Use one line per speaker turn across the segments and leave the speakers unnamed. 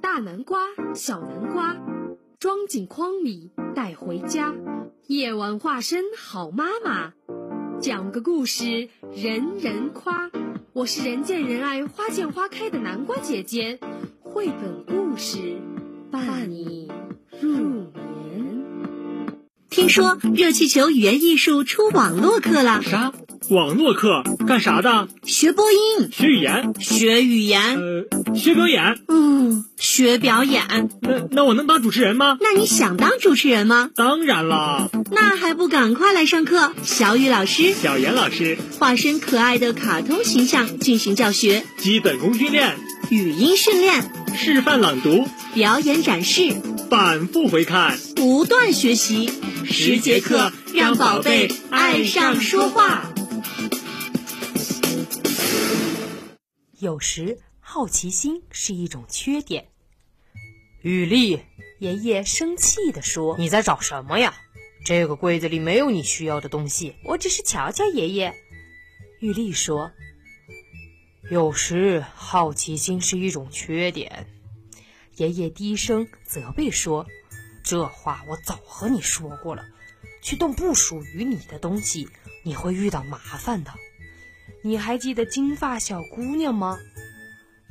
大南瓜、小南瓜，装进筐里带回家。夜晚化身好妈妈，讲个故事人人夸。我是人见人爱、花见花开的南瓜姐姐，绘本故事伴你入眠。
听说热气球语言艺术出网络课了，
啥？网络课干啥的？
学播音、
学语言？
学语言，
呃，学表演？
嗯，学表演。
那那我能当主持人吗？
那你想当主持人吗？
当然啦，
那还不赶快来上课！小雨老师
小严老师，
化身可爱的卡通形象进行教学、
基本功训练，
语音训练、
示范朗读，
表演展示，
反复回看。
不断学习。
十节课让宝贝爱上说话。
有时好奇心是一种缺点。雨丽，爷爷生气地说：“你在找什么呀？这个柜子里没有你需要的东西。”我只是瞧瞧爷爷。雨丽说：“有时好奇心是一种缺点。”爷爷低声责备说：“这话我早和你说过了，去动不属于你的东西，你会遇到麻烦的。”你还记得金发小姑娘吗？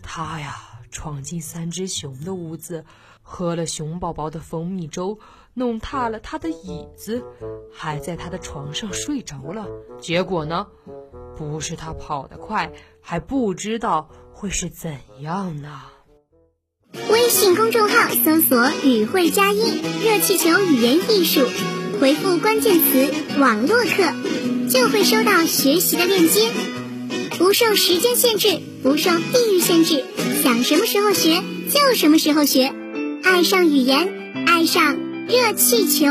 她呀，闯进三只熊的屋子，喝了熊宝宝的蜂蜜粥，弄塌了他的椅子，还在他的床上睡着了。结果呢，不是他跑得快，还不知道会是怎样呢。
微信公众号搜索“语汇加一”，热气球语言艺术，回复关键词“网络课”，就会收到学习的链接。不受时间限制，不受地域限制，想什么时候学就什么时候学。爱上语言，爱上热气球。